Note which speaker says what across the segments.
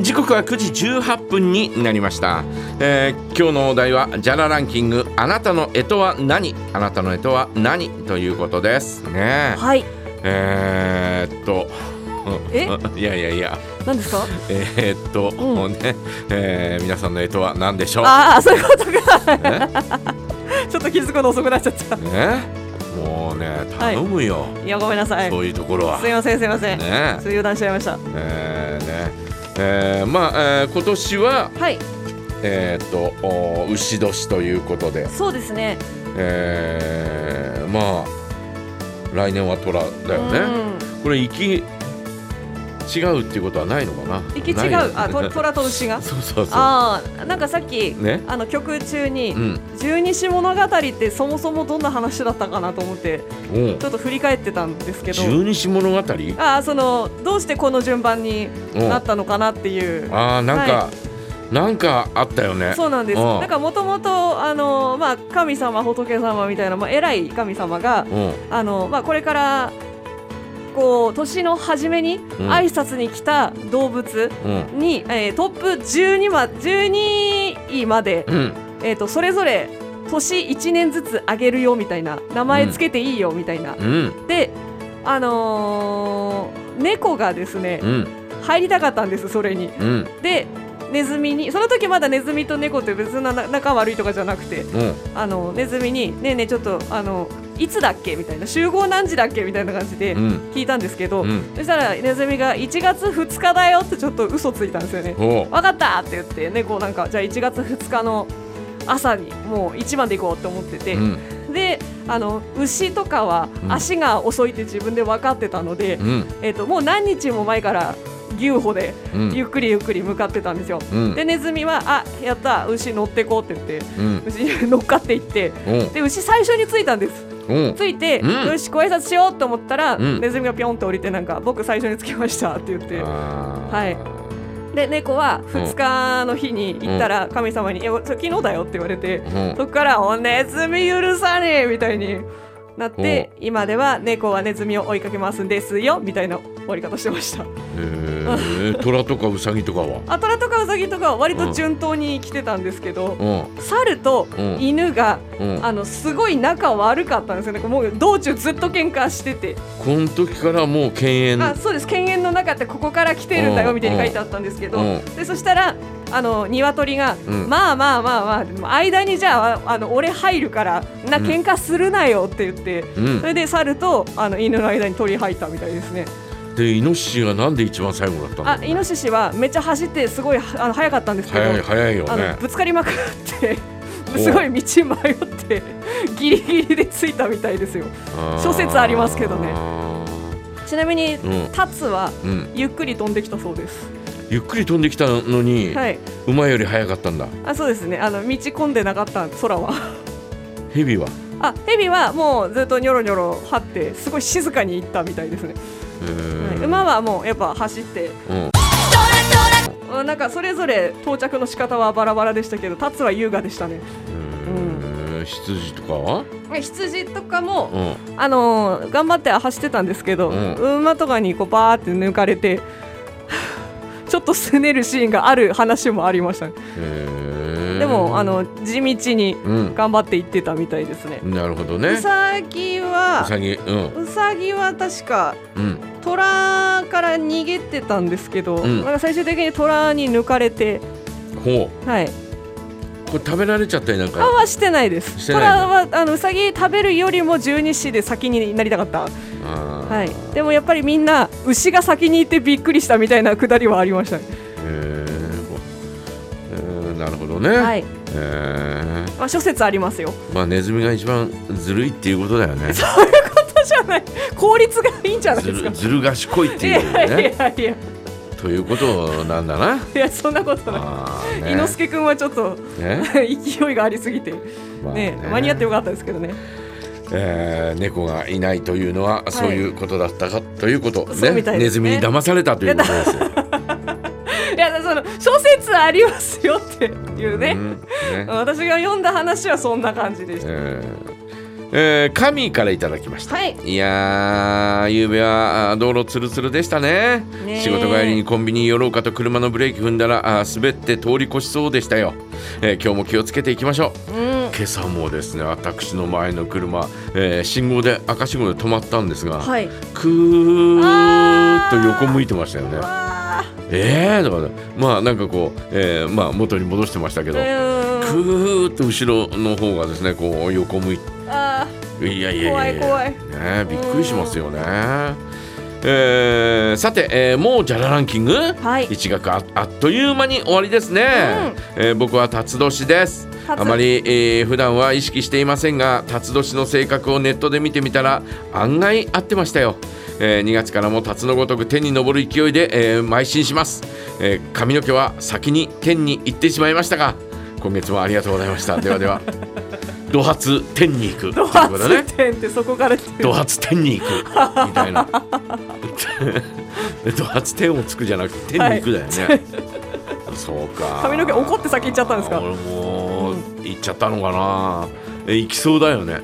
Speaker 1: 時刻は9時18分になりました、えー、今日のお題はジャラランキングあなたの干支は何あなたの干支は何ということですね
Speaker 2: はい
Speaker 1: えー、っと
Speaker 2: え
Speaker 1: いやいやいや
Speaker 2: 何ですか
Speaker 1: えー、っと、もうね、えー、皆さんの干支は何でしょう
Speaker 2: ああそういうことか ちょっと気づくの遅くなっちゃった
Speaker 1: ねもうね頼むよ、
Speaker 2: いやごめんなさい
Speaker 1: そういうところは
Speaker 2: すいませんすいません
Speaker 1: ね
Speaker 2: そういう油断しちゃいました
Speaker 1: えー、ねえー、まあ、えー、今年は
Speaker 2: はい
Speaker 1: えー、っとお牛年ということで
Speaker 2: そうですね
Speaker 1: えー、まあ来年は虎だよね、これ行き違うっていうことはないのかな
Speaker 2: 行き違
Speaker 1: ないう
Speaker 2: あと虎と牛が
Speaker 1: そうそうそう
Speaker 2: ああなんかさっき、
Speaker 1: ね
Speaker 2: あの曲中に、
Speaker 1: うん
Speaker 2: 十二支物語ってそもそもどんな話だったかなと思って
Speaker 1: うん
Speaker 2: ちょっと振り返ってたんですけど
Speaker 1: 十二支物語
Speaker 2: ああそのどうしてこの順番に
Speaker 1: うん
Speaker 2: なったのかなっていう
Speaker 1: あーなんか、
Speaker 2: は
Speaker 1: なんかあったよね
Speaker 2: そうなんです
Speaker 1: うん
Speaker 2: なんかもともとあのまあ神様仏様みたいなまあ偉い神様が
Speaker 1: うん
Speaker 2: あのまあこれからこう年の初めに挨拶に来た動物
Speaker 1: うん
Speaker 2: に、えートップ12ま12位まで、
Speaker 1: うん
Speaker 2: えー、とそれぞれ年1年ずつ上げるよみたいな名前つけていいよみたいな、
Speaker 1: うん
Speaker 2: であのー猫がですね
Speaker 1: うん
Speaker 2: 入りたかったんですそれに
Speaker 1: うん
Speaker 2: でネズミにその時まだネズミと猫って別なな仲悪いとかじゃなくて
Speaker 1: うん
Speaker 2: あのネズミに「ねえねえちょっとあのいつだっけ?」みたいな「集合何時だっけ?」みたいな感じで
Speaker 1: うん
Speaker 2: 聞いたんですけど、
Speaker 1: うん
Speaker 2: そしたらネズミが「1月2日だよ」ってちょっと嘘ついたんですよね。
Speaker 1: おう
Speaker 2: 分かったって言って猫なんかじゃあ1月2日の朝にもう一番で行こうって思ってて、
Speaker 1: うん
Speaker 2: であの牛とかは
Speaker 1: うん
Speaker 2: 足が遅いって自分で分かってたので、
Speaker 1: うん
Speaker 2: えっともう何日も前から牛歩で
Speaker 1: うん
Speaker 2: ゆっくりゆっくり向かってたんですよ。
Speaker 1: うん
Speaker 2: でネズミは「あやった牛乗ってこう」って言って
Speaker 1: うん
Speaker 2: 牛に乗っかっていって
Speaker 1: うん
Speaker 2: で牛最初に着いたんです
Speaker 1: うん
Speaker 2: 着いて、
Speaker 1: うん
Speaker 2: よしご挨拶しようと思ったら、
Speaker 1: うん
Speaker 2: ネズミがピョンと降りてなんか「僕最初に着きました」って言って
Speaker 1: あー
Speaker 2: はいで猫は2日の日に行ったら神様に「いやそれ昨日だよ」って言われて
Speaker 1: うん
Speaker 2: そこから「おネズミ許さねえ」みたいになって今では猫はネズミを追いかけますんですよみたいな終わり方してました
Speaker 1: へえ虎とかウサギとかは
Speaker 2: アトラとかウサギとかは割と順当に来てたんですけど
Speaker 1: うん
Speaker 2: 猿と犬が
Speaker 1: うん
Speaker 2: あのすごい仲悪かったんですよねもう道中ずっと喧嘩してて
Speaker 1: この時からもう犬
Speaker 2: あ
Speaker 1: 猿
Speaker 2: そうです犬猿の中ってここから来てるんだ
Speaker 1: う
Speaker 2: よ
Speaker 1: ん
Speaker 2: みたいに書いてあったんですけど、
Speaker 1: うん
Speaker 2: でそしたらあの鶏が、
Speaker 1: うん
Speaker 2: まあまあまあまあでも間にじゃああの俺入るからな
Speaker 1: うん
Speaker 2: 喧嘩するなよって言って、
Speaker 1: うん
Speaker 2: それで猿とあの犬の間に鳥入ったみたいですね
Speaker 1: でイノシシがなんで一番最後だったんだ
Speaker 2: あ
Speaker 1: ろうね
Speaker 2: イノシシはめっちゃ走ってすごいあの速かったんですけど、
Speaker 1: 早い早いよ
Speaker 2: あ
Speaker 1: ね
Speaker 2: のぶつかりまくって
Speaker 1: お
Speaker 2: すごい道迷ってギリギリで着いたみたいですよ
Speaker 1: あー
Speaker 2: 諸説ありますけどね
Speaker 1: あ
Speaker 2: ちなみに、
Speaker 1: うん
Speaker 2: タツは
Speaker 1: ーうん
Speaker 2: ゆっくり飛んできたそうです
Speaker 1: ゆっくり飛んできたのに
Speaker 2: はい
Speaker 1: 馬より早かったんだ
Speaker 2: あそうですねあの道込んでなかった空は
Speaker 1: ヘビは
Speaker 2: あヘビはもうずっとニョロニョロ張ってすごい静かに行ったみたいですね、
Speaker 1: へ
Speaker 2: はい
Speaker 1: ー
Speaker 2: 馬はもうやっぱ走って
Speaker 1: うん
Speaker 2: あなんかそれぞれ到着の仕方はバラバラでしたけどタツは優雅でしたね
Speaker 1: へー羊とかは
Speaker 2: え羊とかも、
Speaker 1: うん
Speaker 2: あのー頑張って走ってたんですけど、
Speaker 1: うん
Speaker 2: 馬とかにこうバーって抜かれて ちょっとすねるシーンがある話もありましたね、
Speaker 1: へー
Speaker 2: でもあの地道に
Speaker 1: うん
Speaker 2: 頑張って行ってたみたいですね、
Speaker 1: なるほど
Speaker 2: う
Speaker 1: ね
Speaker 2: さぎは
Speaker 1: ウサギうん
Speaker 2: うさぎは確か
Speaker 1: うん
Speaker 2: 虎から逃げてたんですけど、
Speaker 1: うん
Speaker 2: なんか最終的に虎に抜かれて、
Speaker 1: ほ
Speaker 2: はい、
Speaker 1: うこれ食べられちゃったりなん
Speaker 2: あ
Speaker 1: か
Speaker 2: はしてないです。
Speaker 1: してないん
Speaker 2: 虎はあのうさぎ食べるよりも十二支で先になりたかった。
Speaker 1: あー
Speaker 2: はい。でもやっぱりみんな牛が先にいてびっくりしたみたいなくだりはありましたね。
Speaker 1: へーこうえーなるほどね、
Speaker 2: はい。
Speaker 1: えー
Speaker 2: まあ諸説ありますよ。
Speaker 1: まあネズミが一番ずるいっていうことだよね
Speaker 2: そうじゃない。効率がいいんじゃない
Speaker 1: ず
Speaker 2: ですか
Speaker 1: る。ずる賢いって
Speaker 2: い
Speaker 1: いう
Speaker 2: やいやい
Speaker 1: ね
Speaker 2: やいや
Speaker 1: ということなんだない
Speaker 2: やそんなことな
Speaker 1: あ
Speaker 2: い。
Speaker 1: ー
Speaker 2: 伊之助君はちょっと
Speaker 1: ね
Speaker 2: 勢いがありすぎて、
Speaker 1: まあ
Speaker 2: ね間に合ってよかったですけどね。
Speaker 1: えー猫がいないというのはそういうことだったか、ということ
Speaker 2: そうみたいですね
Speaker 1: ネズミに騙されたということですよ。
Speaker 2: いやその諸説ありますよっていう
Speaker 1: う
Speaker 2: ね、
Speaker 1: んね
Speaker 2: 私が読んだ話はそんな感じでした、
Speaker 1: えーえー、カミーからいただきました、
Speaker 2: はい
Speaker 1: やー夕べはあー道路ツルツルでしたね
Speaker 2: ねえ
Speaker 1: 仕事帰りにコンビニ寄ろうかと車のブレーキ踏んだらあー滑って通り越しそうでしたよ、えー今日も気をつけていきましょう
Speaker 2: うん
Speaker 1: 今朝もですね私の前の車、えー信号で赤信号で止まったんですが、
Speaker 2: はい
Speaker 1: くーっと横向いてましたよね
Speaker 2: あ
Speaker 1: えーとかねまあなんかこう、えーまあ元に戻してましたけど、く
Speaker 2: ーうん
Speaker 1: ーっと後ろの方がですねこう横向いて
Speaker 2: あ
Speaker 1: いやいやいやいや
Speaker 2: 怖い怖い
Speaker 1: ねえびっくりしますよね。えーさて、えーもうじゃらランキング、
Speaker 2: い
Speaker 1: 一学ああっという間に終わりですね、えー僕は辰年です
Speaker 2: 辰
Speaker 1: あまり、えー普段は意識していませんが辰年の性格をネットで見てみたら案外合ってましたよ、え2月からも辰のごとく天に昇る勢いで、えー邁進します、えー髪の毛は先に天に行ってしまいましたが今月もありがとうございましたではでは 土発天に行くという
Speaker 2: ド
Speaker 1: こ
Speaker 2: ハ
Speaker 1: とね
Speaker 2: ツ店ってそこから来てる
Speaker 1: ドハツ天に行く みたいなドハツ天をつくじゃなくて天に行くだよね、そうか
Speaker 2: 髪の毛怒って先行っちゃったんですか
Speaker 1: 俺も行っちゃったのかなえ行きそうだよね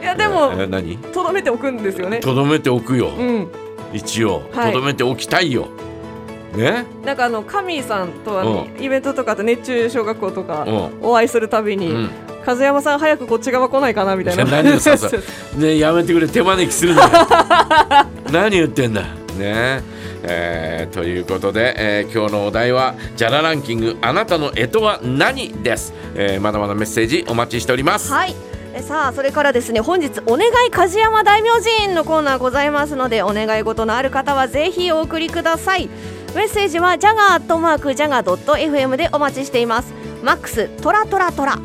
Speaker 2: いやで
Speaker 1: え
Speaker 2: も
Speaker 1: 何
Speaker 2: とどめておくんですよね
Speaker 1: とどめておくよ、
Speaker 2: うん
Speaker 1: 一応とど、
Speaker 2: はい
Speaker 1: めておきたいよね
Speaker 2: なんかあのカミーさんとはね、イベントとかと熱中小学校とか
Speaker 1: う
Speaker 2: お会いするたびに、
Speaker 1: うん
Speaker 2: 和山さん早くこっち側来ないかなみ たいな。
Speaker 1: いや何をさそれ
Speaker 2: そうそう
Speaker 1: ねやめてくれ手招きする なよ何言ってんだねえーということで、えー今日のお題は「じゃらランキングあなたの干支は何?」です、えーまだまだメッセージお待ちしております
Speaker 3: はい。えさあそれからですね本日お願い梶山大名人のコーナーございますのでお願い事のある方はぜひお送りくださいメッセージはジャガーアットマークジャガー .fm でお待ちしていますマックストラトラトラ